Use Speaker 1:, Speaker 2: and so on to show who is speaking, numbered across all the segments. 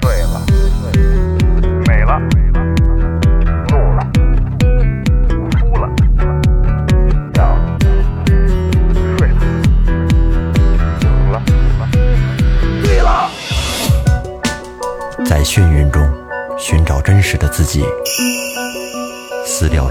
Speaker 1: 醉了，美了，怒了，哭了，笑了，睡了，醒了，醉了。
Speaker 2: 在眩晕中寻找真实的自己，撕掉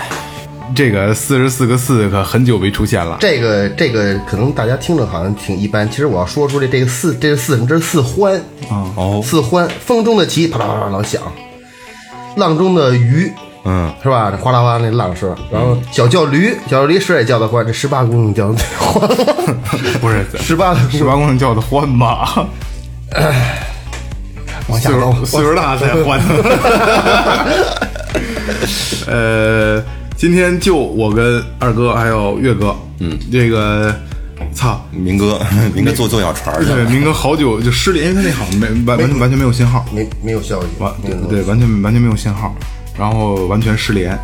Speaker 3: 这个四十四个四可很久没出现了，
Speaker 4: 这个这个可能大家听着好像挺一般，其实我要说出来，这个四这是四什么？这是四欢啊，哦，四欢。风中的旗啪啪啪啪老响，浪中的鱼，嗯，是吧？这哗啦哗啦那浪声，
Speaker 3: 嗯
Speaker 4: 然后小叫驴，小叫驴谁也叫得欢，这十八姑娘叫得最欢，
Speaker 3: 不是
Speaker 4: 十八的
Speaker 3: 十八姑娘叫的欢吧？
Speaker 4: 往下
Speaker 3: 岁
Speaker 4: 走
Speaker 3: 数，岁数大才 欢。呃，今天就我跟二哥还有岳哥，嗯，这个操，
Speaker 5: 明哥，明哥坐坐小船去
Speaker 3: 对，
Speaker 5: 了。
Speaker 3: 明哥好久就失联，因为他那好像没完完全完全没有信号，
Speaker 4: 没没有消息，
Speaker 3: 完
Speaker 4: 没
Speaker 3: 对
Speaker 4: 有消息
Speaker 3: 对，完全完全没有信号，然后完全失联。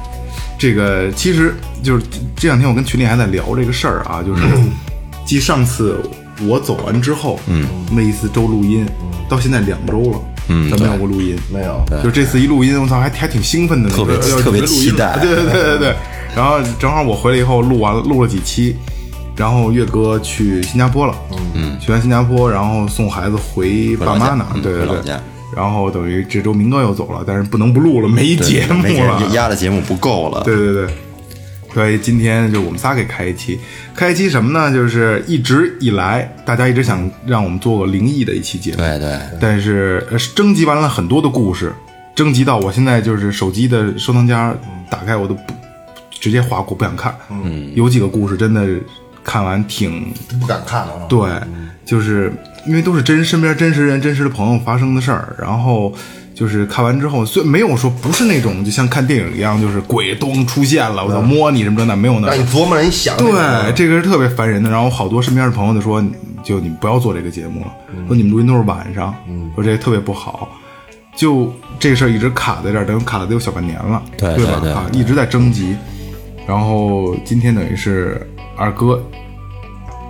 Speaker 3: 这个其实就是这两天我跟群里还在聊这个事儿啊，就是
Speaker 5: 嗯
Speaker 3: 继上次我走完之后，嗯，那一次周录音，到现在两周了，嗯，咱们有过录音，
Speaker 4: 没有。
Speaker 3: 就这次一录音，我操，还还挺兴奋的呢，
Speaker 5: 特别
Speaker 3: 就要
Speaker 5: 特别
Speaker 3: 准备录音
Speaker 5: 期待嗯
Speaker 3: 对对对对对。然后正好我回来以后录完了，录了几期，然后岳哥去新加坡了，嗯，去完新加坡，然后送孩子回爸妈那儿，
Speaker 5: 嗯
Speaker 3: 对对
Speaker 5: 回
Speaker 3: 对
Speaker 5: 老家。
Speaker 3: 然后等于这周明哥又走了，但是不能不录了，没节目
Speaker 5: 没
Speaker 3: 了，
Speaker 5: 压的节目不够了。
Speaker 3: 对对对，所以今天就我们仨给开一期，开一期什么呢？就是一直以来大家一直想让我们做个灵异的一期节目，
Speaker 5: 对对
Speaker 3: 但是呃征集完了很多的故事，征集到我现在就是手机的收藏夹打开我都不直接划过，不想看。嗯，有几个故事真的看完挺
Speaker 4: 不敢看了啊。
Speaker 3: 对，就是因为都是真身边真实人、真实的朋友发生的事儿，然后就是看完之后，虽没有说不是那种就像看电影一样，就是鬼咚出现了，我要摸你什么的，那没有那
Speaker 4: 让
Speaker 3: 种
Speaker 4: 你。琢磨，让你想。
Speaker 3: 对，，
Speaker 4: 哎
Speaker 3: 这个是特别烦人的。然后好多身边的朋友就说，你就你们不要做这个节目了，
Speaker 5: 嗯
Speaker 3: 说你们录音都是晚上，说这个特别不好。就这事儿一直卡在这儿，等于卡了得有小半年了，
Speaker 5: 对
Speaker 3: 吧？
Speaker 5: 对对
Speaker 3: 啊，一直在征集。然后今天等于是二哥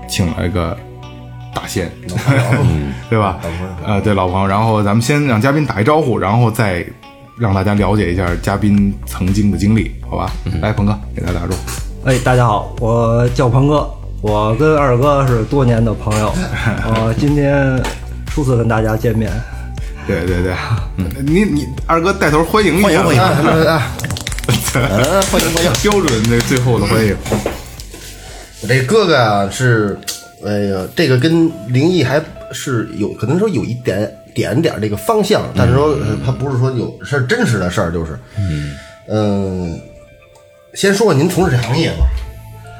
Speaker 3: 请了一个大仙，
Speaker 5: 嗯
Speaker 3: 对吧？呃，对老朋友。然后咱们先让嘉宾打一招呼，然后再让大家了解一下嘉宾曾经的经历，好吧？
Speaker 5: 嗯
Speaker 3: 来，鹏哥给大家打个招呼。
Speaker 6: 哎，大家好，我叫鹏哥，我跟二哥是多年的朋友，我今天初次跟大家见面。
Speaker 3: 对对对，你你二哥带头嗯欢迎一下，
Speaker 5: 欢迎欢迎
Speaker 3: 啊
Speaker 4: 啊啊，
Speaker 3: 欢迎欢迎， 标准的最后的欢迎，
Speaker 4: 我这哥哥啊是，哎呀，这个跟灵异还是有，可能说有一点点点这个方向，但是说呃他不是说有是真实的事儿，就是，嗯先说说您从事这行业吧，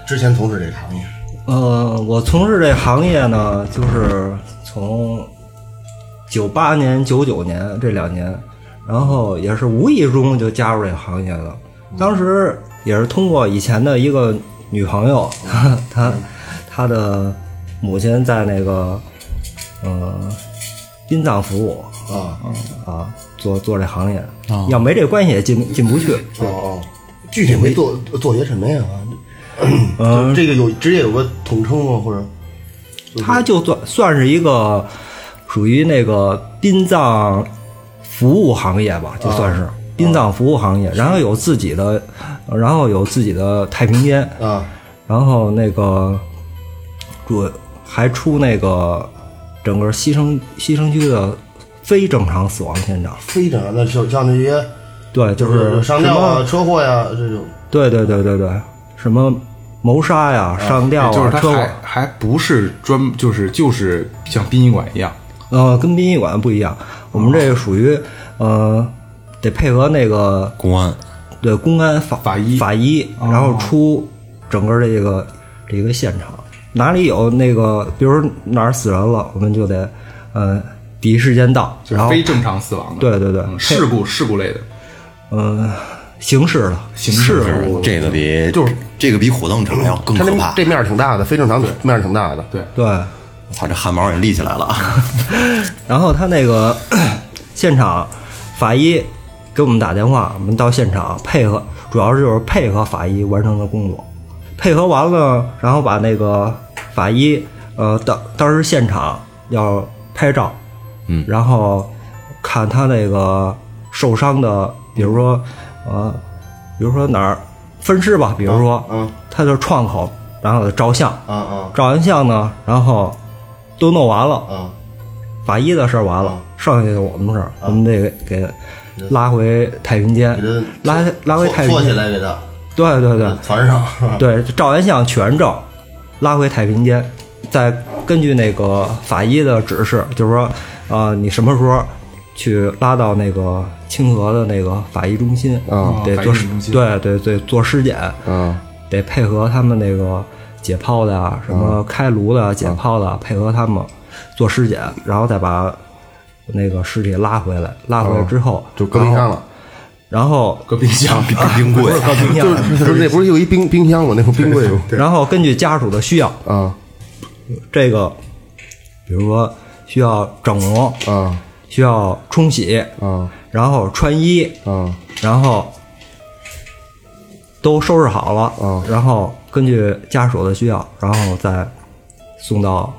Speaker 4: 之前从事这个行业，
Speaker 6: 呃，我从事这行业呢，就是从九八年、九九年这两年，然后也是无意中就加入这行业了。当时也是通过以前的一个女朋友， 她她的母亲在那个呃殡葬服务
Speaker 4: 啊
Speaker 6: 啊做做这行业，要没这关系也进进不去。
Speaker 4: 哦哦，具体没做做些什么呀？嗯，这个有职业有个统称吗？或者
Speaker 6: 它就算算是一个属于那个殡葬服务行业吧，就算是殡葬服务行业。然后有自己的，然后有自己的太平间，
Speaker 4: 啊，
Speaker 6: 然后那个主还出那个整个西城西城区的非正常死亡现场。
Speaker 4: 非常那就像这些
Speaker 6: 对，就
Speaker 4: 就是上
Speaker 6: 呃什
Speaker 4: 吊
Speaker 6: 么
Speaker 4: 啊、车祸呀、这种。
Speaker 6: 对对对对对，什么谋杀呀、上吊
Speaker 3: 就是
Speaker 6: 啊、
Speaker 3: 它
Speaker 6: 车祸
Speaker 3: 还，还不是专，就是就是像殡仪馆一样，
Speaker 6: 呃，跟殡仪馆不一样，我们这个属于呃，得配合那个
Speaker 5: 公安
Speaker 6: 对公安法
Speaker 3: 法医
Speaker 6: 法医，然后出整个这个这个现场，哪里有那个，比如哪儿死人了，我们就得呃第一时间到，
Speaker 3: 就是
Speaker 6: 然后
Speaker 3: 非正常死亡的。
Speaker 6: 对对对
Speaker 3: 嗯事故事故类的，
Speaker 6: 嗯、刑事的
Speaker 3: 刑事
Speaker 6: 事
Speaker 3: 的
Speaker 6: 故
Speaker 5: 这个比
Speaker 4: 就是
Speaker 5: 这个比火葬场要更
Speaker 4: 他
Speaker 5: 可
Speaker 4: 那
Speaker 5: 怕。
Speaker 4: 这面儿挺大的，非正常的面儿挺大的。
Speaker 3: 对，
Speaker 6: 对，
Speaker 5: 操，这汗毛也立起来了啊！
Speaker 6: 然后他那个 现场法医给我们打电话，我们到现场配合，主要是就是配合法医完成的工作。配合完了，然后把那个法医，呃，当当时现场要拍照，嗯，然后看他那个受伤的，比如说，呃，比如说哪儿分尸吧，比如说，
Speaker 4: 嗯嗯
Speaker 6: 他就创口，然后照相，
Speaker 4: 啊啊
Speaker 6: 照完相呢，然后都弄完了，
Speaker 4: 啊！
Speaker 6: 法医的事儿完了，
Speaker 4: 嗯
Speaker 6: 剩下的我们的事儿，我们得给拉回太平间
Speaker 4: 给他，
Speaker 6: 拉拉回太平
Speaker 4: 坐起
Speaker 6: 间。
Speaker 4: 来给嗯他
Speaker 6: 对对对
Speaker 4: 船上，
Speaker 3: 啊
Speaker 6: 对，照完相全照，拉回太平间，再根据那个法医的指示，就是说，呃，你什么时候去拉到那个清河的那个法医中心，
Speaker 4: 啊
Speaker 6: 得
Speaker 3: 法医
Speaker 6: 做尸
Speaker 3: 中心
Speaker 6: 对对对做尸检，
Speaker 4: 嗯
Speaker 6: 得配合他们那个解剖的啊，什么开颅的啊、解剖的啊，配合他们做尸检，然后再把那个尸体拉回来。拉回来之后，
Speaker 4: 就 搁冰箱了。
Speaker 6: 然后啊
Speaker 3: 搁冰箱搁冰柜，
Speaker 4: 就是就是那不是有一冰冰箱吗？那不冰柜吗？
Speaker 6: 然后根据家属的需要，
Speaker 4: 啊
Speaker 6: 这个比如说需要整容，
Speaker 4: 啊
Speaker 6: 需要冲洗，
Speaker 4: 啊
Speaker 6: 然后穿衣，
Speaker 4: 啊！
Speaker 6: 然后都收拾好了，
Speaker 4: 嗯
Speaker 6: 然后根据家属的需要，然后再送到，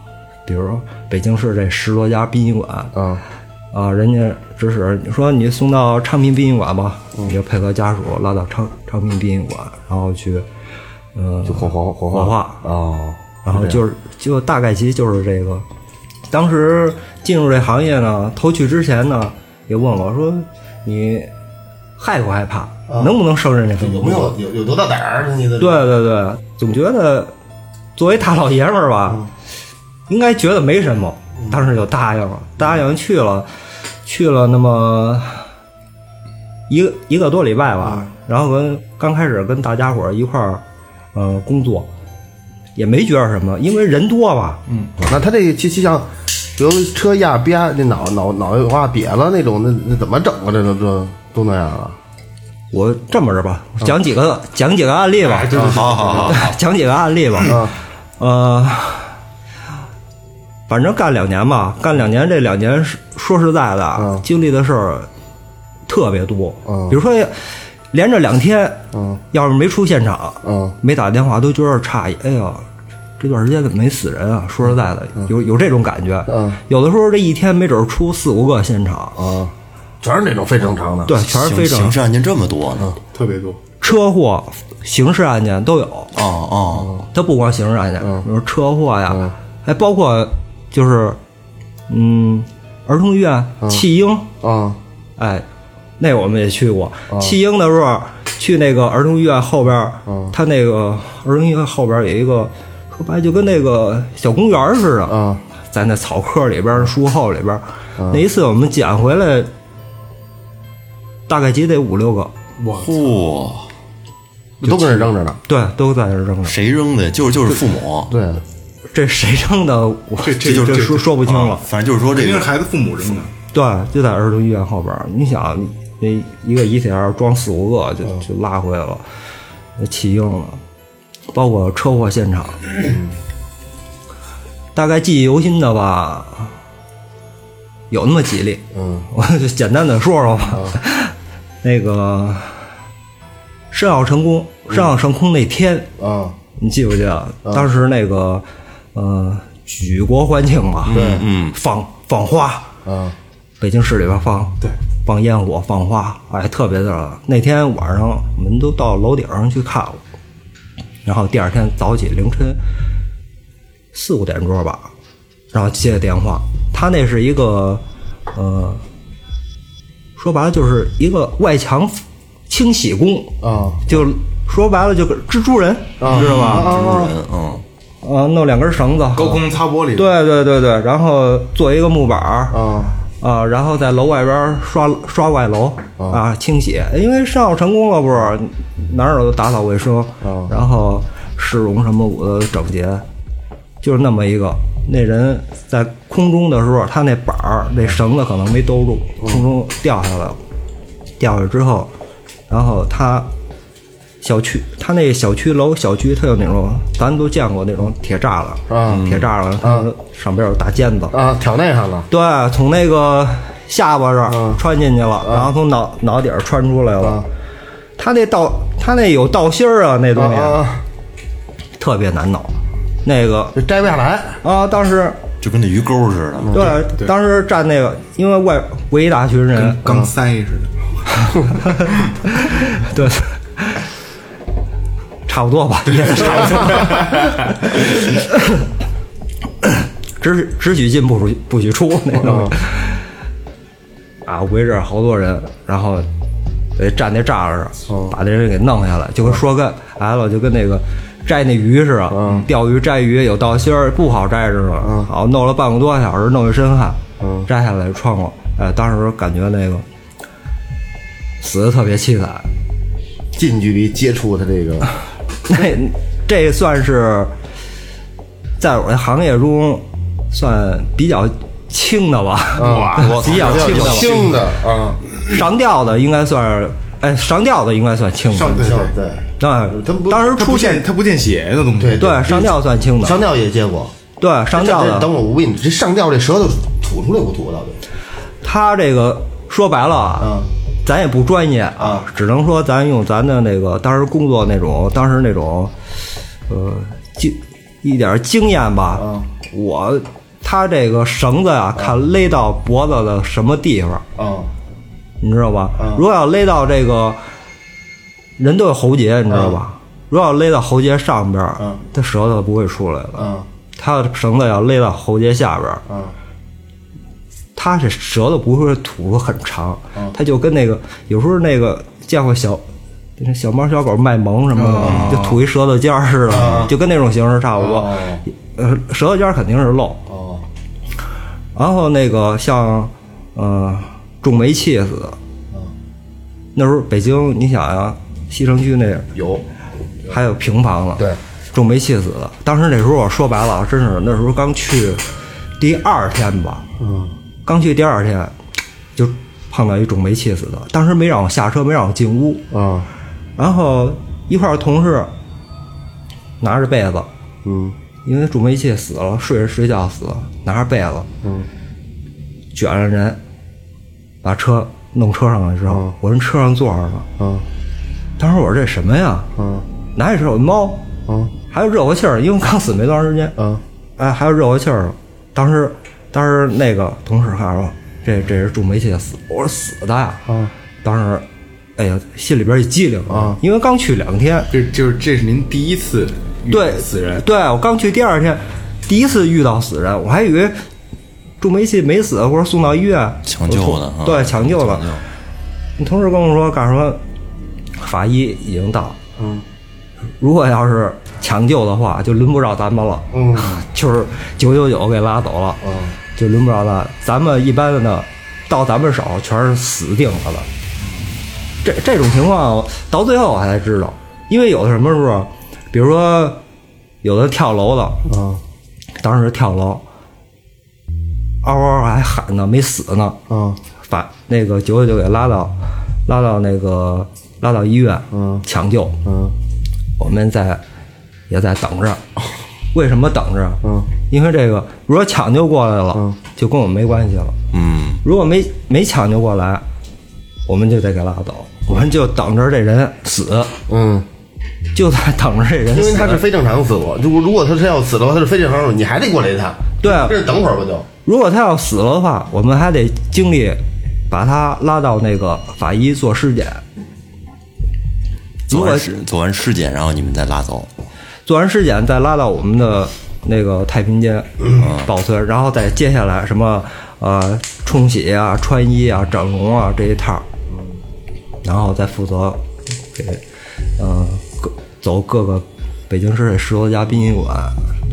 Speaker 6: 比如说北京市这十多家殡仪馆，啊、
Speaker 4: 啊
Speaker 6: 人家指使你说你送到昌平殡仪馆吧，
Speaker 4: 嗯
Speaker 6: 你就配合家属拉到昌昌平殡仪馆，然后去，嗯、
Speaker 4: 就火火火
Speaker 6: 火化
Speaker 4: 哦，
Speaker 6: 然后就是就大概其实就是这个。当时进入这行业呢，头去之前呢，也问我说：“你害不害怕？
Speaker 4: 啊
Speaker 6: 能不能胜任这份工作
Speaker 4: 有有多大胆儿？你？”的
Speaker 6: 对对对，总觉得作为大老爷们儿吧，应该觉得没什么，当时就答应了，答应去了，去了那么一个一个多礼拜吧，然后跟刚开始跟大家伙儿一块儿，呃，工作。也没觉得什么，因为人多吧，
Speaker 4: 啊那他这就就像，比如车压吧，那脑脑脑袋瓜瘪了那种，那那怎么整啊？这都这都那样啊？
Speaker 6: 我这么着吧，讲几个、讲几个案例吧，
Speaker 5: 哎 好好好，
Speaker 6: 讲几个案例吧。
Speaker 4: 啊
Speaker 6: 呃，反正干两年吧，干两年这两年是说实在的，啊
Speaker 4: 嗯
Speaker 6: 经历的事儿特别多。
Speaker 4: 嗯
Speaker 6: 比如说连着两天，
Speaker 4: 嗯
Speaker 6: 要是没出现场，
Speaker 4: 嗯
Speaker 6: 没打电话，都觉得诧异。哎呀，这段时间怎么没死人啊？说实在的，有有这种感觉。
Speaker 4: 嗯
Speaker 6: 有的时候这一天没准儿出四五个现场，
Speaker 4: 啊，全是那种非正常的。
Speaker 6: 对，全是非
Speaker 5: 刑
Speaker 6: 正
Speaker 5: 刑事案件这么多呢？
Speaker 3: 特别多。
Speaker 6: 车祸、刑事案件都有。
Speaker 5: 哦哦，
Speaker 6: 它不光刑事案件，比如车祸呀，还包括就是嗯，儿童医院弃婴，
Speaker 4: 啊
Speaker 6: 哎，那我们也去过。弃婴的时候去那个儿童医院后边儿，它那个儿童医院后边儿有一个，说白了就跟那个小公园儿似的，
Speaker 4: 啊
Speaker 6: 在那草棵里边儿、树后里边儿。那一次我们捡回来，大概也得五六个，
Speaker 5: 嚯，
Speaker 4: 都跟人扔着呢。
Speaker 6: 对，都在那儿扔着。
Speaker 5: 谁扔的？就是就是父母，
Speaker 4: 对，
Speaker 6: 这谁扔的？我
Speaker 3: 这这
Speaker 6: 这
Speaker 3: 这啊
Speaker 6: 说说不清了。
Speaker 5: 哦反正就是说
Speaker 3: 肯
Speaker 5: 这
Speaker 3: 定是
Speaker 5: 个
Speaker 3: 孩子父母扔的，
Speaker 6: 对，就在儿童医院后边儿。你想，那一个遗体盒装四五个，就就拉回来了，那弃婴了，包括车祸现场。大概记忆犹新的吧，有那么几例。嗯，我就简单的说说吧。那个申奥成功，申奥成功那天，
Speaker 4: 啊
Speaker 6: 你记不记得？当时那个，呃，举国欢庆嘛，对，嗯，放放花，
Speaker 4: 啊
Speaker 6: 北京市里边放，对，放烟火、放花，哎，特别的。那天晚上我们都到楼顶上去看了，然后第二天早起凌晨四五点钟吧，然后接的电话，他那是一个，呃，说白了就是一个外墙清洗工，
Speaker 4: 啊
Speaker 6: 就说白了就跟蜘蛛人，你知道吗？
Speaker 5: 路人，嗯，
Speaker 6: 啊，弄两根绳子，
Speaker 3: 高空擦玻璃，，
Speaker 6: 对对对对，然后做一个木板儿
Speaker 4: 啊
Speaker 6: 啊，然后在楼外边儿刷刷外楼啊，清洗，因为上午成功了不是，哪儿有打扫卫生，
Speaker 4: 啊
Speaker 6: 然后市容什么我的整洁，就是那么一个。那人在空中的时候，他那板儿那绳子可能没兜住，
Speaker 4: 嗯
Speaker 6: 空中掉下来了，掉下去之后，然后他小区，他那小区楼小区，他有那种咱都见过那种铁栅栏，
Speaker 4: 啊
Speaker 6: 铁栅栏，它上边有大尖子，
Speaker 4: 啊，挑那上了，
Speaker 6: 对，从那个下巴这儿穿进去了，然后从脑脑底儿穿出来了。他那倒，他那有倒芯儿啊，那东西
Speaker 4: 啊，
Speaker 6: 特别难弄。那个
Speaker 4: 就摘不下来，
Speaker 6: 啊，当时
Speaker 5: 就跟那鱼钩似的，
Speaker 6: 嗯对，嗯当时站那个，因为外围一大群人，
Speaker 3: 钢塞似的，
Speaker 6: 对，差不多吧，也是差不多。 只只许进不许不许出那种。啊，围着好多人，然后得站那栅栏上，把那人给弄下来，就跟说跟来了，就跟那个摘那鱼似的，钓鱼摘鱼有道心儿，不好摘着呢。好，弄了半个多小时，弄一身汗，摘下来穿过，哎，当时感觉那个死的特别凄惨，
Speaker 4: 近距离接触它这个，
Speaker 6: 那这算是在我这行业中算比较轻的吧，
Speaker 4: 嗯
Speaker 6: 比较轻的吧，
Speaker 4: 轻的啊，
Speaker 6: 上吊的应该算是，哎，上吊的应该算轻的，
Speaker 3: 上对对
Speaker 4: 对
Speaker 6: 啊，
Speaker 4: 它不
Speaker 6: 当时
Speaker 3: 它不
Speaker 6: 出现
Speaker 3: 见它不见血的东西，
Speaker 4: 对
Speaker 6: 对上吊算轻的，
Speaker 4: 上吊也接过，
Speaker 6: 对上吊
Speaker 4: 这这等
Speaker 6: 的，
Speaker 4: 会儿我问你，这上吊这舌头吐出来不吐啊到底？
Speaker 6: 他这个说白了啊。
Speaker 4: 嗯
Speaker 6: 咱也不专业啊，只能说咱用咱的那个当时工作那种，当时那种，呃，经一点经验吧。我他这个绳子啊，看勒到脖子的什么地方，
Speaker 4: 啊
Speaker 6: 你知道吧？如果要勒到这个人都有喉结，你知道吧？如果要勒到喉结上边儿，他舌头不会出来了。
Speaker 4: 啊
Speaker 6: 他的绳子要勒到喉结下边儿，
Speaker 4: 啊
Speaker 6: 他这舌头不会吐出很长，他就跟那个有时候那个见过小。那小猫小狗卖萌什么的，就吐一舌头尖儿似的，就跟那种形式差不多
Speaker 4: 哦。
Speaker 6: 呃，舌头尖儿肯定是漏，
Speaker 4: 哦
Speaker 6: 然后那个像，呃，中煤气似的，那时候北京，你想啊，西城区那
Speaker 4: 有
Speaker 6: 还有平房了，
Speaker 4: 对，
Speaker 6: 中煤气死的。当时那时候我说白了啊，真是那时候刚去第二天吧，嗯，刚去第二天就碰到一中煤气死的，当时没让我下车，没让我进屋，
Speaker 4: 啊
Speaker 6: 然后一块儿同事拿着被子，
Speaker 4: 嗯
Speaker 6: 因为中煤气死了，睡着睡觉死了，拿着被子，嗯，卷着人，把车弄车上了之后，我人车上坐着呢，
Speaker 4: 嗯
Speaker 6: 当时我说这什么呀？
Speaker 4: 嗯
Speaker 6: 哪里是有猫？
Speaker 4: 嗯
Speaker 6: 还有热乎气儿，因为我刚死没多长时间，
Speaker 4: 嗯
Speaker 6: 哎，还有热乎气儿。当时，当时那个同事看说，这这是中煤气死，我说死的呀。
Speaker 4: 嗯
Speaker 6: 当时，哎呀，心里边一激灵啊，因为刚去两天，
Speaker 3: 这就是这是您第一次遇
Speaker 6: 对
Speaker 3: 死人，
Speaker 6: 对我刚去第二天，第一次遇到死人，我还以为中煤气没死或者送到医院
Speaker 5: 抢救的啊
Speaker 6: 对，抢救了。你同事跟我说干什么？法医已经到，嗯，如果要是抢救的话，就轮不着咱们了，嗯， 就是九九九给拉走了，嗯，就轮不着咱，咱们一般的呢，到咱们手全是死定了的。这这种情况到最后我才知道，因为有的什么时候，比如说有的跳楼的，
Speaker 4: 啊
Speaker 6: 当时跳楼，嗷嗷还喊呢，没死呢，
Speaker 4: 啊
Speaker 6: 把那个九九九给拉到拉到那个拉到医院，嗯，抢救，
Speaker 4: 嗯
Speaker 6: 我们在也在等 着。为什么等着？嗯，因为这个如果抢救过来了，
Speaker 4: 嗯
Speaker 6: 就跟我们没关系了。
Speaker 5: 嗯，
Speaker 6: 如果没没抢救过来，我们就得给拉走，我们就等着这人死，
Speaker 4: 嗯，
Speaker 6: 就在等着这人死。
Speaker 4: 因为他是非正常死亡，如果如果他是要死的话，他是非正常死，你还得过来一趟，
Speaker 6: 对啊
Speaker 4: 这是等会儿不就？
Speaker 6: 如果他要死了的话，我们还得经历把他拉到那个法医做尸检。如
Speaker 5: 做
Speaker 6: 果
Speaker 5: 完尸做完尸检，然后你们再拉走，
Speaker 6: 做完尸检，再拉到我们的那个太平间
Speaker 5: 嗯
Speaker 6: 保存，然后再接下来什么呃冲洗啊、穿衣啊、整嗯容啊这一套，然后再负责给呃各走各个北京市的十多家殡仪馆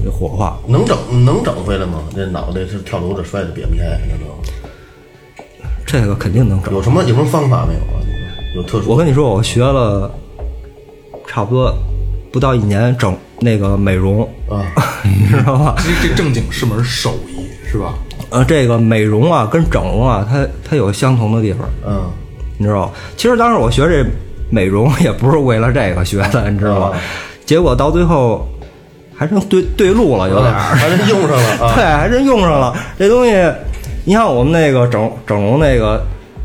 Speaker 6: 就火化，
Speaker 4: 能整能整回来吗？这脑袋是跳楼这摔的瘪不开，那都
Speaker 6: 这个肯定能整
Speaker 4: 有。什么有什么方法没有啊？你们有特殊？
Speaker 6: 我跟你说，我学了差不多不到一年整那个美容， 你知道吧？
Speaker 3: 这这正经是门手艺是吧？
Speaker 6: 呃，这个美容啊跟整容啊，它它有相同的地方，
Speaker 4: 嗯，
Speaker 6: 你知道吗？其实当时我学这美容也不是为了这个学的，你知道吗？结果到最后还真对对路了，有点儿。
Speaker 4: 反正用上 了啊。
Speaker 6: 对，还真用上了这东西。你看我们那个整整容那个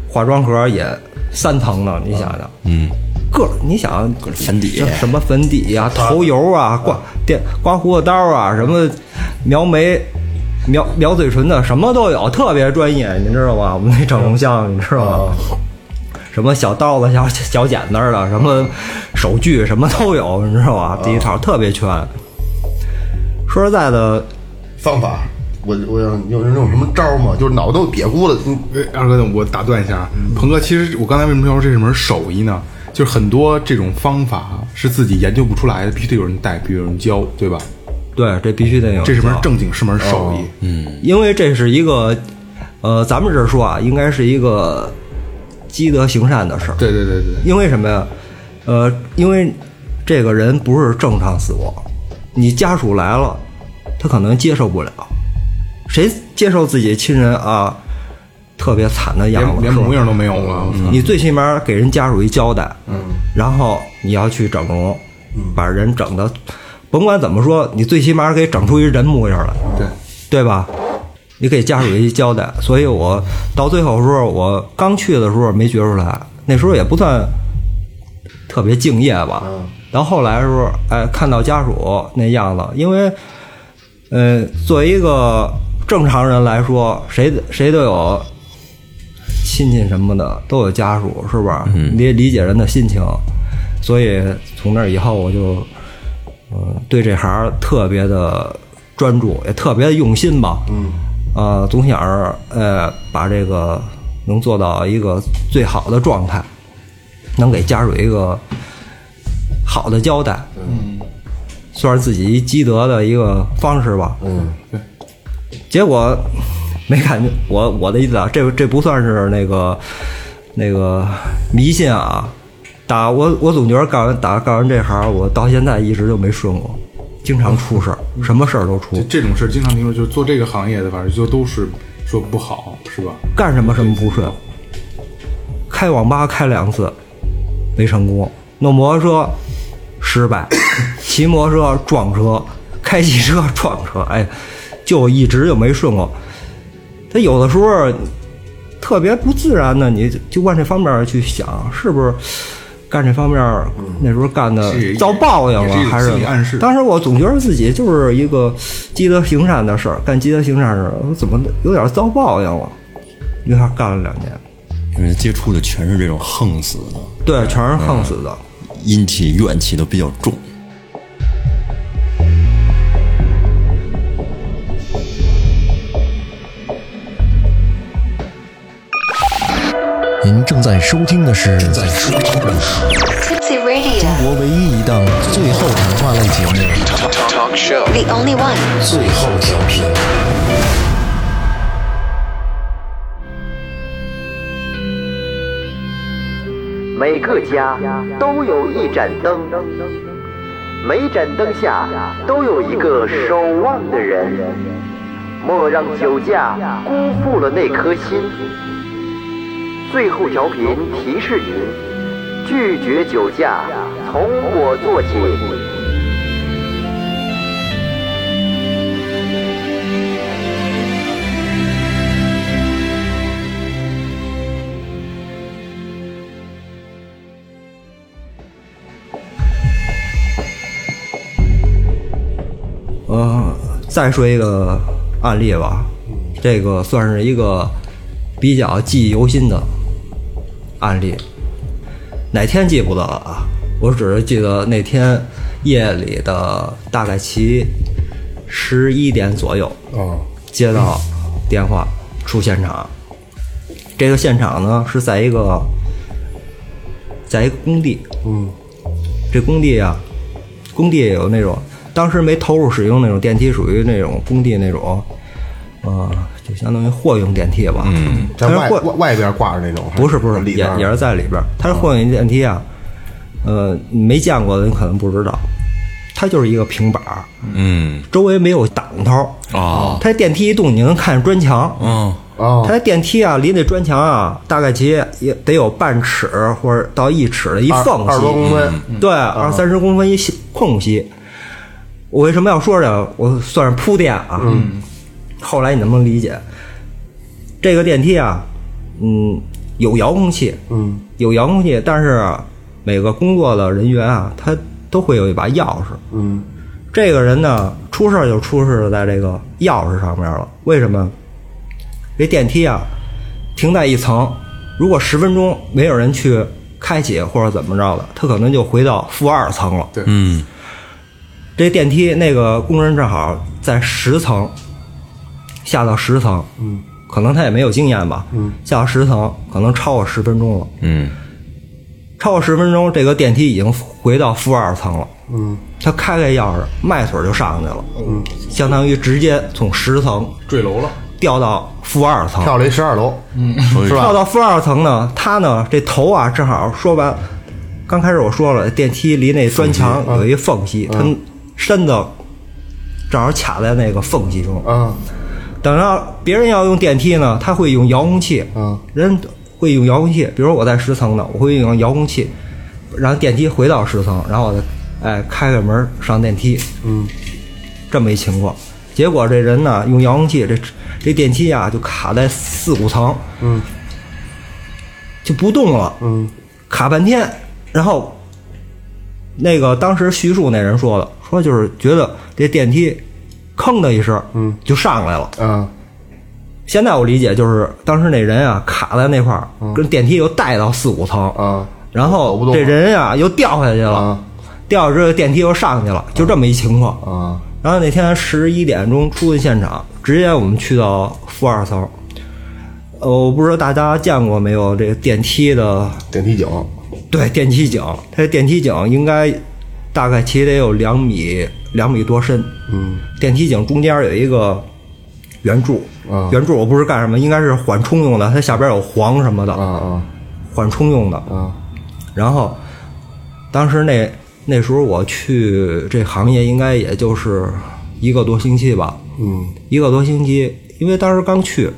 Speaker 6: 化妆盒也三层呢，你想想，嗯，各你想
Speaker 5: 粉底
Speaker 6: 这什么粉底呀、头油啊、刮电刮胡子刀啊、什么描眉、描描嘴唇的，什么都有，特别专业，你知道吧？我们那整容项，你知道吗？什么小刀子、小小剪子儿的，什么手锯，什么都有，你知道吧？第一套特别全。说实在的，
Speaker 4: 方法，我我有有那种什么招儿吗？就是脑袋都瘪咕了，嗯
Speaker 3: 哎，二哥，我打断一下啊，鹏哥，其实我刚才为什么要说这是门手艺呢？就是很多这种方法是自己研究不出来的，必须得有人带，必须有人教，对吧？
Speaker 6: 对，这必须得有。嗯
Speaker 3: 这是门正经是门手
Speaker 4: 哦
Speaker 3: 艺，
Speaker 4: 嗯
Speaker 6: 因为这是一个，呃，咱们这儿说啊，应该是一个积德行善的事儿。
Speaker 3: 对对对对，
Speaker 6: 因为什么呀？呃，因为这个人不是正常死亡，你家属来了，他可能接受不了。谁接受自己亲人啊，特别惨的样
Speaker 3: 连
Speaker 6: 子，
Speaker 3: 连
Speaker 6: 是吧嗯
Speaker 3: 模样都没有啊了。
Speaker 6: 你最起码给人家属一交代，嗯，然后你要去整容，把人整的，甭管怎么说，你最起码给整出一人模样来，
Speaker 3: 对，
Speaker 6: 对吧？你给家属一交代，所以我到最后的时候，我刚去的时候没觉出来，那时候也不算特别敬业吧。到后来的时候，哎，看到家属那样子，因为，呃，作为一个正常人来说，谁谁都有亲戚什么的都有家属，是吧？你得理解人的心情。所以从那以后，我就嗯对这行儿特别的专注，也特别的用心吧。嗯，啊，总想着呃把这个能做到一个最好的状态，能给家属一个好的交代。嗯，算是自己一积德的一个方式吧。嗯，对。结果没感觉，我我的意思啊，这这不算是那个那个迷信啊。打我我总觉得干完打干完这行，我到现在一直就没顺过，经常出事儿，什么事儿都出
Speaker 3: 这，这种事儿经常听说，就是做这个行业的，反正就都是说不好，是吧？
Speaker 6: 干什么什么不顺。开网吧开两次，没成功；弄摩托车 失败，骑摩托车撞车，开汽车撞车，哎，就一直就没顺过。他有的时候特别不自然的，你就往这方面去想，是不是干这方面那时候干的
Speaker 3: 是也
Speaker 6: 遭报应了
Speaker 3: 也是一，种
Speaker 6: 还是
Speaker 3: 心理暗示
Speaker 6: 当时我总觉得自己就是一个积德行善的事儿，干积德行善的事儿，我怎么有点遭报应了？有点干了两年，
Speaker 5: 因为接触的全是这种横死的，
Speaker 6: 对，全是横死的。
Speaker 5: 阴气怨气都比较重。
Speaker 2: 您正在收听的是正在收听的是
Speaker 7: Tipsy Radio,
Speaker 2: 中国唯一一档最后谈话类节目
Speaker 7: the only one.
Speaker 2: 《最后调频》。
Speaker 8: 每个家都有一盏灯，每盏灯下都有一个守望的人。莫让酒驾辜负了那颗心。最后调频提示您：拒绝酒驾，从我做起。
Speaker 6: 呃，再说一个案例吧，这个算是一个比较记忆犹新的案例。哪天记不得了啊？我只是记得那天夜里的大概其十一点左右，
Speaker 4: 哦
Speaker 6: 接到电话出现场。这个现场呢是在一个在一个工地，嗯，这工地啊工地也有那种，当时没投入使用那种电梯，属于那种工地那种，呃，就相当于货用电梯吧。嗯，
Speaker 4: 在
Speaker 6: 但是
Speaker 4: 外
Speaker 6: 货
Speaker 4: 外外边挂着那种，
Speaker 6: 不是不是，
Speaker 4: 里
Speaker 6: 也
Speaker 4: 边嗯
Speaker 6: 也是在里边儿。它是货运电梯啊，呃，你没见过的你可能不知道，它就是一个平板儿，
Speaker 5: 嗯
Speaker 6: 周围没有挡头。
Speaker 5: 哦
Speaker 6: 它电梯一动，你能看见砖墙。
Speaker 5: 嗯
Speaker 4: 哦
Speaker 6: 它，那电梯啊，离那砖墙啊，大概其也得有半尺或者到一尺的一缝嗯
Speaker 4: 二
Speaker 6: 隙，
Speaker 4: 二十多公分，
Speaker 6: 对，二三十公分一隙空隙。我为什么要说这个？我算是铺垫啊。嗯。后来你能不能理解？这个电梯啊，嗯，有遥控器，嗯，有遥控器，但是每个工作的人员啊，他都会有一把钥匙，
Speaker 4: 嗯，
Speaker 6: 这个人呢，出事儿就出事儿在这个钥匙上面了。为什么？这电梯啊，停在一层，如果十分钟没有人去开启或者怎么着的，它可能就回到负二层了。
Speaker 5: 嗯
Speaker 6: 这电梯那个工人正好在十层，下到十层，嗯，可能他也没有经验吧，嗯，下到十层可能超过十分钟了，
Speaker 5: 嗯
Speaker 6: 超过十分钟，这个电梯已经回到负二层了，嗯，他开开钥匙，迈腿就上去了，嗯，相当于直接从十层
Speaker 3: 坠楼了，
Speaker 6: 掉到负二层，
Speaker 4: 跳了一十二楼，
Speaker 5: 所以
Speaker 6: 跳到负二层呢，他呢这头啊，正好说完，刚开始我说了，电梯离那砖墙有一缝隙，他身子正好卡在那个缝隙中。
Speaker 4: 嗯
Speaker 6: 等到别人要用电梯呢，他会用遥控器，
Speaker 4: 嗯
Speaker 6: 人会用遥控器，比如我在十层呢，我会用遥控器，让电梯回到十层，然后我再哎开开门上电梯，
Speaker 4: 嗯，
Speaker 6: 这么一情况。结果这人呢，用遥控器，这这电梯啊就卡在四五层，
Speaker 4: 嗯
Speaker 6: 就不动了，
Speaker 4: 嗯
Speaker 6: 卡半天。然后那个当时叙述那人说的，说就是觉得这电梯吭的一声，
Speaker 4: 嗯，
Speaker 6: 就上来了。
Speaker 4: 嗯
Speaker 6: 现在我理解就是当时那人啊卡在那块儿，跟电梯又带到四五层，
Speaker 4: 嗯
Speaker 6: 然
Speaker 4: 走
Speaker 6: 后
Speaker 4: 不动
Speaker 6: 这
Speaker 4: 了
Speaker 6: 人啊又掉下去了
Speaker 4: 啊，
Speaker 6: 掉下之后电梯又上去了，就这么一情况。
Speaker 4: 啊
Speaker 6: 然后那天十一点钟出的现场，直接我们去到负二层。呃，我不知道大家见过没有这个电梯的
Speaker 4: 电梯井，
Speaker 6: 对，电梯井，它电梯井应该大概其得有两米两米多深。嗯，电梯井中间有一个圆柱，
Speaker 4: 啊
Speaker 6: 圆柱我不是干什么，应该是缓冲用的，它下边有簧什么的，
Speaker 4: 啊啊
Speaker 6: 缓冲用的。
Speaker 4: 啊
Speaker 6: 然后当时那那时候我去这行业，应该也就是一个多星期吧。
Speaker 4: 嗯
Speaker 6: 一个多星期，因为当时刚去，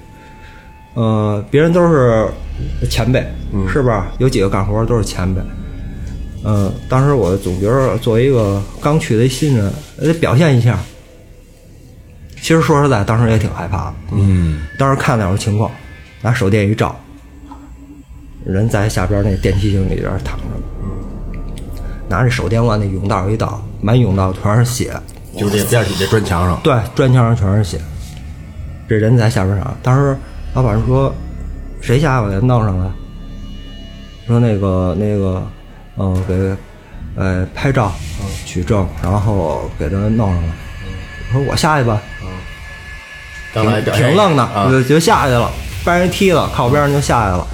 Speaker 6: 呃，别人都是前辈，是吧？有几个干活都是前辈。呃，当时我总觉得作为一个刚去的新人，得表现一下。其实说实在，当时也挺害怕的。嗯，当时看那种情况，拿手电一照，人在下边那电梯井里边躺着呢，拿着手电往那甬道一照，满甬道全是血。
Speaker 4: 就是这边儿底这砖墙上，
Speaker 6: 对，砖墙上全是血。这人在下边上，当时老板说：“谁下把他弄上来？”说那个那个，嗯、给呃拍照、取证，然后给他弄上来。我说我下去吧，
Speaker 4: 刚来表现
Speaker 6: 挺愣的，
Speaker 4: 啊
Speaker 6: 就就下去了，被人踢了，靠边上就下去了。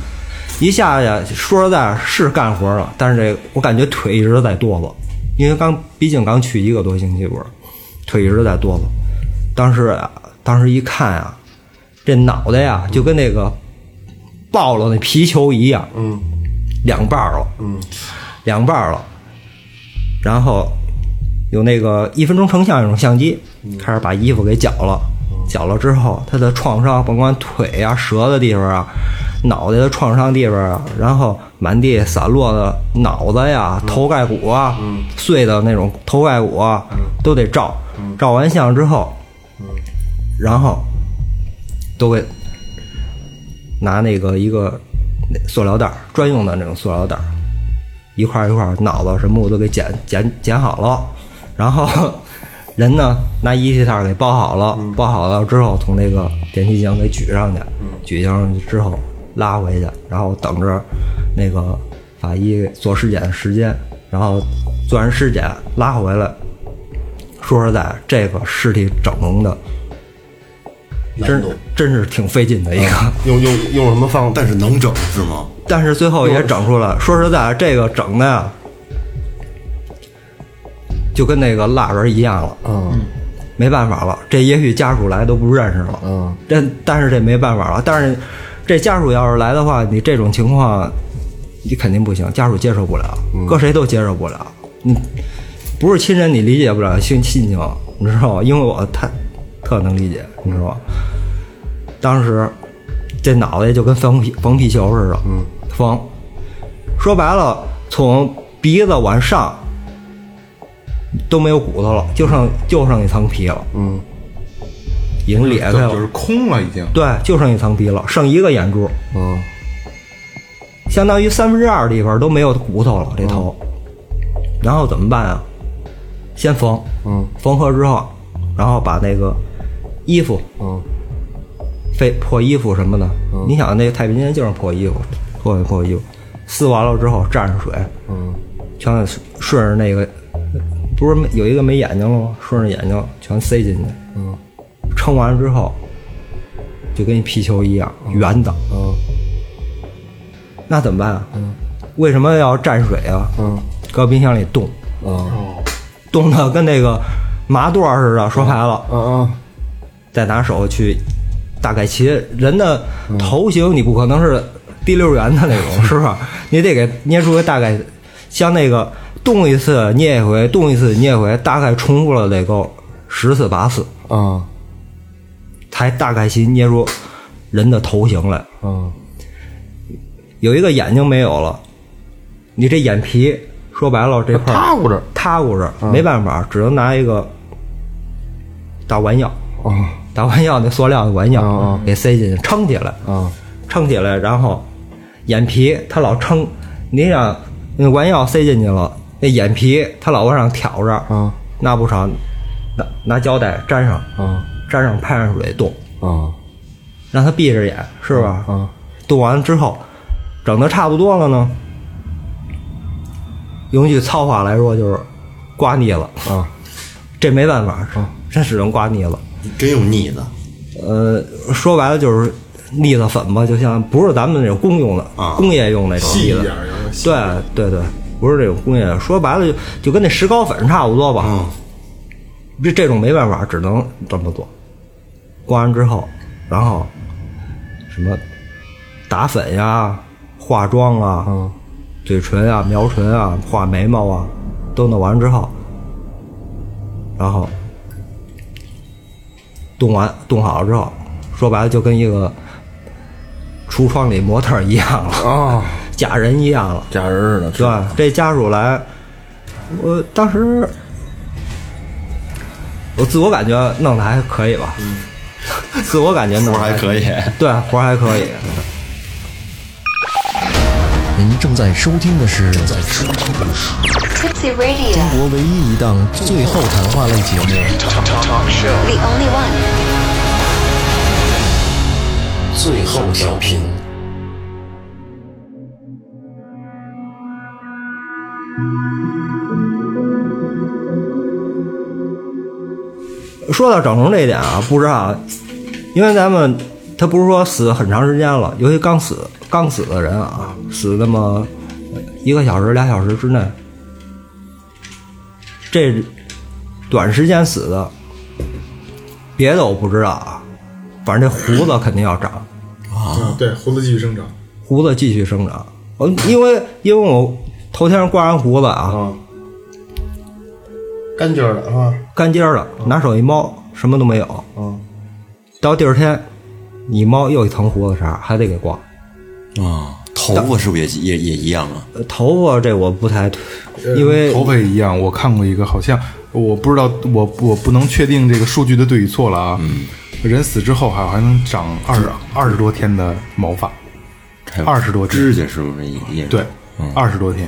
Speaker 6: 一下去，说实在是干活了，但是这我感觉腿一直在哆嗦，因为刚毕竟刚去一个多星期不是，腿一直在哆嗦。当时啊，当时一看啊，这脑袋呀、就跟那个爆了那皮球一样，嗯，两半儿了，嗯，两半儿了。然后有那个一分钟成像那种相机，开始把衣服给绞了，绞了之后，他的创伤甭管腿啊、折的地方啊、脑袋的创伤地方啊，然后满地散落的脑子呀、头盖骨啊、碎的那种头盖骨啊，都得照，照完相之后，然后都给拿那个一个那塑料袋儿专用的那种塑料袋儿，一块儿一块儿脑子什么我都给剪剪剪好了，然后人呢拿仪器套给包好了，包好了之后从那个电梯井给举上去，举上去之后拉回去，然后等着那个法医做尸检的时间，然后做完尸检拉回来。说实在，这个尸体整容的，真真是挺费劲的一个。
Speaker 4: 用用用什么方法？
Speaker 5: 但是能整是吗？
Speaker 6: 但是
Speaker 4: 嗯
Speaker 6: 最后也整出来。说实在，这个整的呀，就跟那个蜡人一样了。
Speaker 4: 嗯，
Speaker 6: 没办法了，这也许家属来都不认识了。
Speaker 4: 嗯，
Speaker 6: 但但是这没办法了。但是这家属要是来的话，你这种情况你肯定不行，家属接受不了，
Speaker 4: 嗯
Speaker 6: 搁谁都接受不了。你不是亲人，你理解不了心心情，你知道吗？因为我太特能理解，你知道吗？当时这脑袋就跟缝皮缝皮球似的，嗯，缝。说白了，从鼻子往上都没有骨头了，就剩就剩一层皮了，嗯，已经裂开了，
Speaker 3: 就是空了已经。
Speaker 6: 对，就剩一层皮了，剩一个眼珠，
Speaker 4: 嗯，
Speaker 6: 相当于三分之二地方都没有骨头了，这头。
Speaker 4: 嗯
Speaker 6: 然后怎么办啊？先缝，
Speaker 4: 嗯，
Speaker 6: 缝合之后，然后把那个衣服，
Speaker 4: 嗯，
Speaker 6: 非破衣服什么的，你想那太平间就是破衣服，破破衣服，撕完了之后蘸着水，
Speaker 4: 嗯，
Speaker 6: 全给顺着那个，不是有一个没眼睛了吗？顺着眼睛全塞进去，
Speaker 4: 嗯，
Speaker 6: 撑完之后就跟一皮球一样圆的，
Speaker 4: 嗯
Speaker 6: 那怎么办啊？为什么要蘸水啊？
Speaker 4: 嗯，
Speaker 6: 搁冰箱里冻，
Speaker 4: 嗯
Speaker 6: 冻的跟那个麻垛儿似的。说白了，
Speaker 4: 嗯
Speaker 6: 再拿手去大概其人的头型，你不可能是第六圆的那种，是吧？你得给捏出个大概，像那个动一次捏一回，动一次捏一回，大概重复了得够十次八次，
Speaker 4: 嗯
Speaker 6: 才大概其捏出人的头型来。
Speaker 4: 嗯
Speaker 6: 有一个眼睛没有了，你这眼皮说白了这块儿
Speaker 4: 塌咕着
Speaker 6: 塌咕着，没办法，只能拿一个打丸药，
Speaker 4: 嗯
Speaker 6: 打丸药那塑料的丸
Speaker 4: 嗯
Speaker 6: 药给塞进去，撑起来，
Speaker 4: 嗯
Speaker 6: 撑起来，然后眼皮它老撑，你想那丸药塞进去了，那眼皮它老往上挑着，
Speaker 4: 嗯
Speaker 6: 那不成，拿拿胶带粘上，
Speaker 4: 嗯
Speaker 6: 粘上拍上水冻，
Speaker 4: 嗯
Speaker 6: 让它闭着眼，是吧？
Speaker 4: 嗯
Speaker 6: 冻完之后，整的差不多了呢，用句糙话来说就是刮腻了，
Speaker 4: 嗯
Speaker 6: 这没办法，这只能刮腻了。
Speaker 5: 真有腻的
Speaker 6: 呃，说白了就是腻子粉吧，就像不是咱们那种公用的、工业用那种腻子，对对对，不是这种工业的，说白了就就跟那石膏粉差不多吧。这这种没办法，只能这么做。刮完之后，然后什么打粉呀、化妆啊、嘴唇啊、描唇啊、画眉毛啊，都弄完之后，然后冻完冻好了之后，说白了就跟一个橱窗里模特儿一样了，
Speaker 4: 啊，
Speaker 6: 假人一样了。
Speaker 4: 假人似的，
Speaker 6: 对，这家属来，我当时我自我感觉弄得还可以吧， 自我感觉弄得
Speaker 5: 还可
Speaker 6: 以，
Speaker 5: 以。
Speaker 6: 对，啊活儿还可以。
Speaker 2: 您正在收听的是
Speaker 7: Tipsy Radio,
Speaker 2: 中国唯一一档最后谈话类节目
Speaker 7: the only one.
Speaker 2: 《最后调频》。
Speaker 6: 说到整容这一点啊，不知道啊，因为咱们他不是说死很长时间了，尤其刚死刚死的人啊，死那么一个小时、俩小时之内，这短时间死的，别的我不知道啊，反正这胡子肯定要长，
Speaker 3: 啊，对，胡子继续生长。
Speaker 6: 胡子继续生长。我因为因为我头天刮完胡子啊，
Speaker 4: 干尖儿的啊，
Speaker 6: 干尖儿了，拿手一摸，什么都没有。
Speaker 4: 嗯
Speaker 6: 到第二天，你猫又一层胡子茬，还得给刮。
Speaker 5: 啊，头发是不是也也也一样啊？
Speaker 6: 呃头发这我不太，因为
Speaker 3: 嗯头发也一样，我看过一个，好像我不知道，我我不能确定这个数据的对与错了啊。人死之后还还能长二二十多天的毛发，
Speaker 5: 还有
Speaker 3: 20多天
Speaker 5: 指甲是不是也也
Speaker 3: 对，二十多天。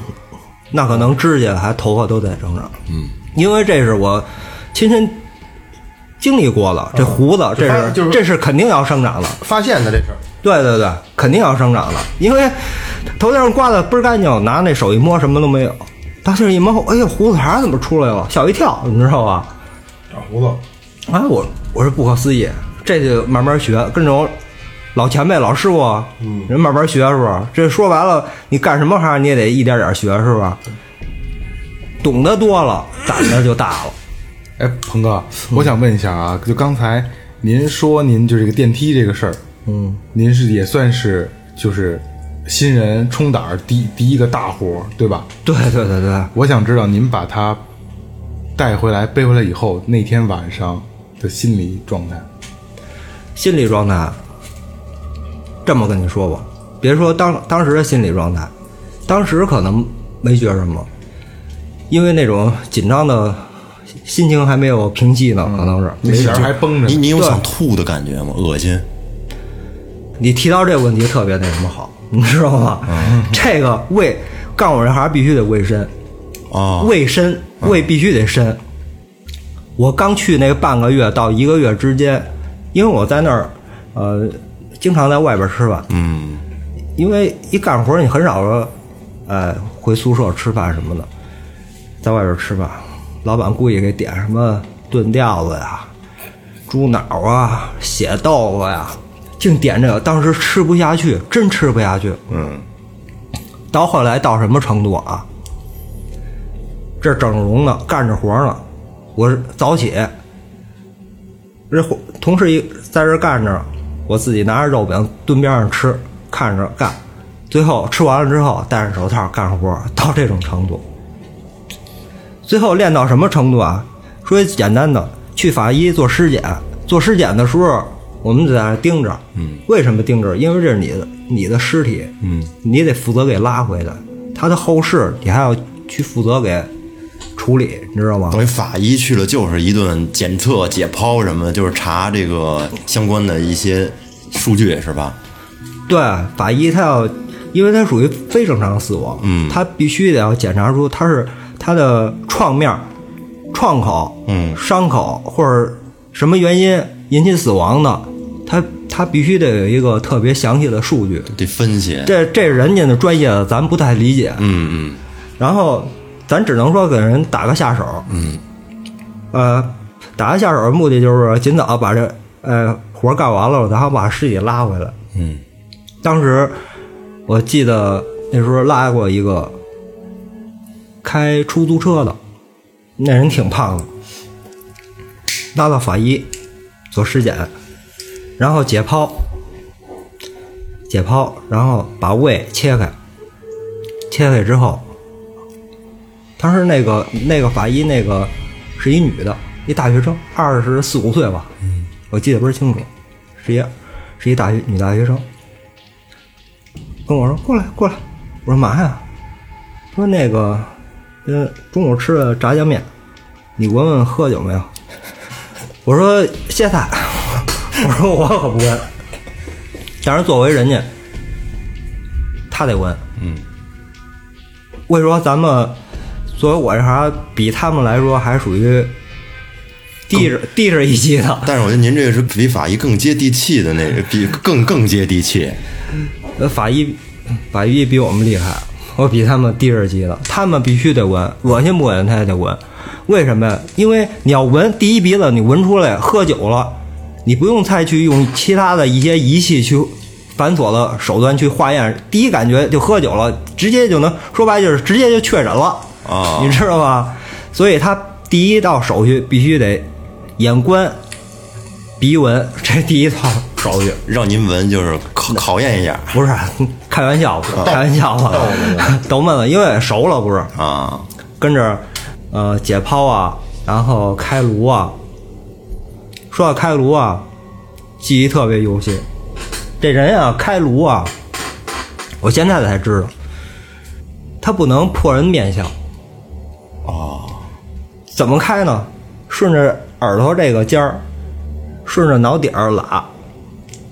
Speaker 6: 那可能指甲还头发都在生长。嗯，因为这是我亲身经历过的，这胡子这
Speaker 4: 反正
Speaker 6: 是
Speaker 4: 就是
Speaker 6: 这是肯定要生长的。
Speaker 4: 发现的这事儿，
Speaker 6: 对对对，肯定要生长的，因为头顶上刮的倍儿干净，拿那手一摸什么都没有。大劲儿一摸，哎呦，胡子茬怎么出来了？吓我一跳，你知道吧？
Speaker 4: 啊
Speaker 3: 长胡子，
Speaker 6: 哎，我我是不可思议，这就慢慢学，跟着我老前辈、老师傅，人慢慢学是吧？这说白了，你干什么行你也得一点点学是吧？懂得多了，胆子就大了。
Speaker 3: 哎，鹏哥，我想问一下啊，就刚才您说您就这个电梯这个事儿，嗯，您是也算是就是新人冲胆儿第第一个大活儿，对吧？
Speaker 6: 对对对对，
Speaker 3: 我想知道您把它带回来背回来以后，那天晚上的心理状态。
Speaker 6: 心理状态，这么跟你说吧，别说当当时的心理状态，当时可能没觉什么，因为那种紧张的心情还没有平息呢，可能是。
Speaker 3: 那小孩还绷着
Speaker 5: 你
Speaker 3: 呢，
Speaker 5: 你有
Speaker 6: 对
Speaker 5: 想吐的感觉吗？恶心。
Speaker 6: 你提到这个问题特别那什么好，你知道吗？这个胃干我这行必须得胃深，
Speaker 5: 哦
Speaker 6: 胃深，胃必须得深。我刚去那个半个月到一个月之间，因为我在那儿，呃，经常在外边吃饭，嗯，因为一干活你很少说，呃，回宿舍吃饭什么的，在外边吃饭，老板故意给点什么炖吊子呀，猪脑啊、血豆腐呀，净点这个，当时吃不下去，真吃不下去。嗯，到后来到什么程度啊？这整容呢，干着活呢，我是早起，这伙同事一在这干着，我自己拿着肉饼蹲边上吃，看着干，最后吃完了之后戴上手套干活，到这种程度。最后练到什么程度啊？说一简单的，去法医做尸检，做尸检的时候，我们得在那盯着。嗯，为什么盯着？因为这是你的你的尸体，嗯，你得负责给拉回来，他的后事你还要去负责给处理，你知道吗？
Speaker 5: 等于法医去了就是一顿检测、解剖什么的，就是查这个相关的一些数据，是吧？
Speaker 6: 对，法医他要，因为他属于非正常死亡，嗯，他必须得要检查出他是他的创面、创口、嗯，伤口或者什么原因引起死亡的，他他必须得有一个特别详细的数据。
Speaker 5: 得分析。
Speaker 6: 这这人家的专业的咱不太理解，嗯嗯，然后咱只能说给人打个下手，嗯，呃，打个下手的目的就是尽早把这呃活儿干完了，然后把尸体拉回来，
Speaker 5: 嗯，
Speaker 6: 当时我记得那时候拉过一个开出租车的，那人挺胖的，拉到法医做尸检，然后解剖，解剖，然后把胃切开，切开之后，当时那个那个法医那个是一女的，一大学生，二十四五岁吧，我记得不是清楚，是一是一大学女大学生，跟我说过来过来，我说嘛呀？说那个，呃，中午吃的炸酱面，你闻闻喝酒没有？我说谢菜，我说我可不闻。但是作为人家，他得闻。嗯。为什么咱们作为我这行，比他们来说还属于低着低着一级的？
Speaker 5: 但是我觉得您这个是比法医更接地气的那个，比更更接地气。
Speaker 6: 呃，法医，法医比我们厉害，我比他们低着级了。他们必须得闻，恶心不恶心他也得闻。为什么呀？因为你要闻第一鼻子，你闻出来喝酒了，你不用再去用其他的一些仪器去繁琐的手段去化验，第一感觉就喝酒了，直接就能说白了就是直接就确诊了
Speaker 5: 啊
Speaker 6: 你知道吧？所以他第一道手续必须得眼观鼻闻，这第一套手续。
Speaker 5: 让您闻就是考考验一下
Speaker 6: 不是，开玩笑，开玩笑吧， 都闷了，因为熟了，不是
Speaker 5: 啊。
Speaker 6: 跟着呃解剖啊，然后开颅啊。说到开颅啊，记忆特别犹新。这人啊，开颅啊，我现在才知道，他不能破人面相。哦，怎么开呢？顺着耳朵这个尖儿，顺着脑顶儿拉，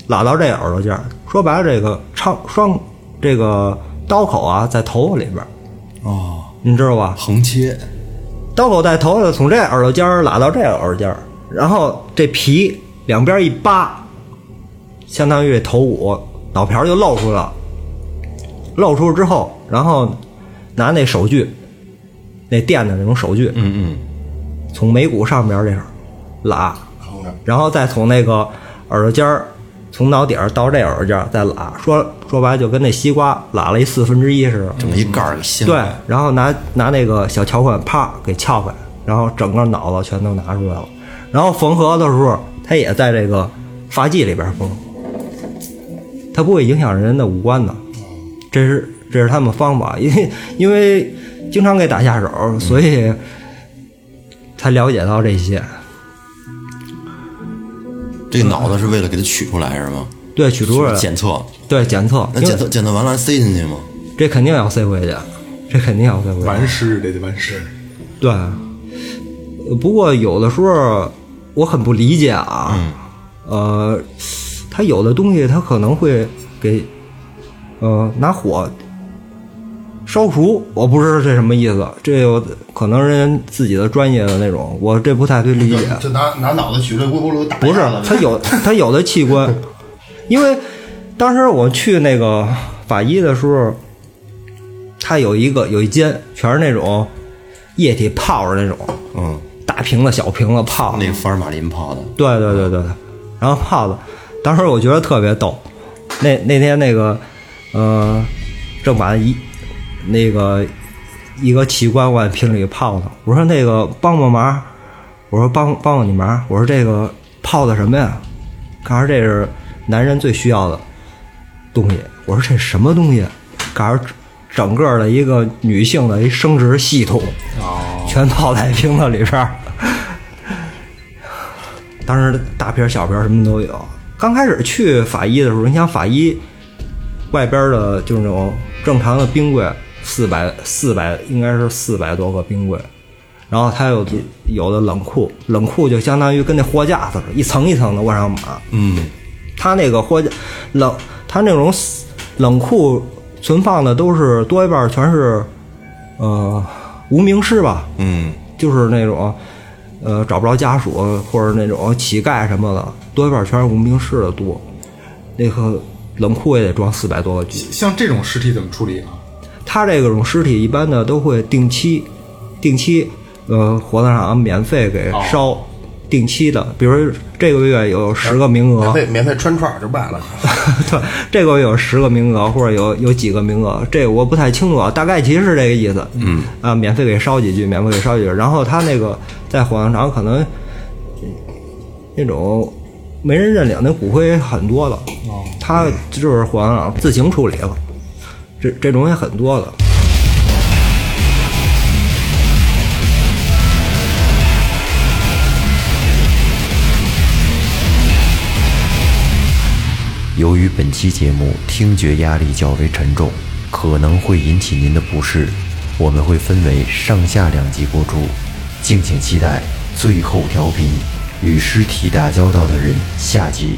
Speaker 6: 拉到这耳朵尖儿。说白了，这个창双这个刀口啊，在头发里边儿，
Speaker 5: 哦，
Speaker 6: 你知道吧？
Speaker 5: 横切
Speaker 6: 刀口带头的从这耳朵尖儿拉到这耳朵尖儿，然后这皮两边一扒，相当于这头骨脑瓢就露出来了。露出之后，然后拿那手锯，那电的那种手锯，嗯嗯，从眉骨上边这样拉，然后再从那个耳朵尖儿从脑顶儿到这耳尖儿再拉，说说白了就跟那西瓜拉了一四分之一似的，
Speaker 5: 这么一盖儿给掀
Speaker 6: 对
Speaker 5: 开，
Speaker 6: 然后拿拿那个小撬棍啪给撬开，然后整个脑子全都拿出来了。然后缝合的时候，它也在这个发髻里边缝，它不会影响人的五官的。这是这是他们方法，因为因为经常给打下
Speaker 5: 嗯
Speaker 6: 手，所以才了解到这些。
Speaker 5: 这个脑子是为了给它取出来是吗？
Speaker 6: 对，取出来，
Speaker 5: 检测，
Speaker 6: 对检测，
Speaker 5: 那
Speaker 6: 因为
Speaker 5: 检测检测完了塞进去吗？
Speaker 6: 这肯定要塞回去，这肯定要塞回去。
Speaker 3: 完事得得完事。
Speaker 6: 对，不过有的时候我很不理解啊，呃，他有的东西他可能会给，呃，拿火烧熟，我不知道这什么意思，这有可能人自己的专业的那种，我这不太会理解。
Speaker 4: 就拿拿脑子取着微波炉打
Speaker 6: 不是
Speaker 4: 一下子
Speaker 6: 他有他有的器官，因为当时我去那个法医的时候，他有一个有一间全是那种液体泡着那种，
Speaker 5: 嗯，
Speaker 6: 大瓶子小瓶子泡
Speaker 5: 那个福尔马林泡的，
Speaker 6: 对对对对对，然后泡子，当时我觉得特别逗。那那天那个，呃，正把一那个一个奇观我在瓶里泡的，我说那个帮帮忙，我说帮帮帮你忙，我说这个泡的什么呀？告诉这是男人最需要的东西。我说这什么东西？告诉整个的一个女性的一生殖系统，全泡在瓶子里边儿。当时大片儿小片儿什么都有。刚开始去法医的时候，你想法医外边儿的就是那种正常的冰柜，四百四百应该是四百多个冰柜，然后它
Speaker 5: 嗯
Speaker 6: 有有的冷库，冷库就相当于跟那货架似的，一层一层的往上码。
Speaker 5: 嗯，
Speaker 6: 它那个货架冷，它那种冷库存放的都是多一半儿全是呃无名尸吧，
Speaker 5: 嗯，
Speaker 6: 就是那种，呃，找不着家属或者那种乞丐什么的，多半全是无名氏的多。那个冷库也得装四百多个具。
Speaker 3: 像这种尸体怎么处理啊？
Speaker 6: 他这种尸体一般呢都会定期，定期，呃，火葬场免费给烧，定期的，比如这个月有十个名额，
Speaker 4: 免费免费穿串儿就 罢了。
Speaker 6: 对，这个有十个名额，或者有有几个名额，这个我不太清楚，啊，大概其实是这个意思。嗯，啊，免费给烧几句，免费给烧几句。然后他那个在火葬场可能嗯那种没人认领那骨灰很多了，他就是火葬场自行处理了，这这种也很多的。
Speaker 2: 由于本期节目听觉压力较为沉重，可能会引起您的不适，我们会分为上下两集播出，敬请期待最后调频与尸体打交道的人下集。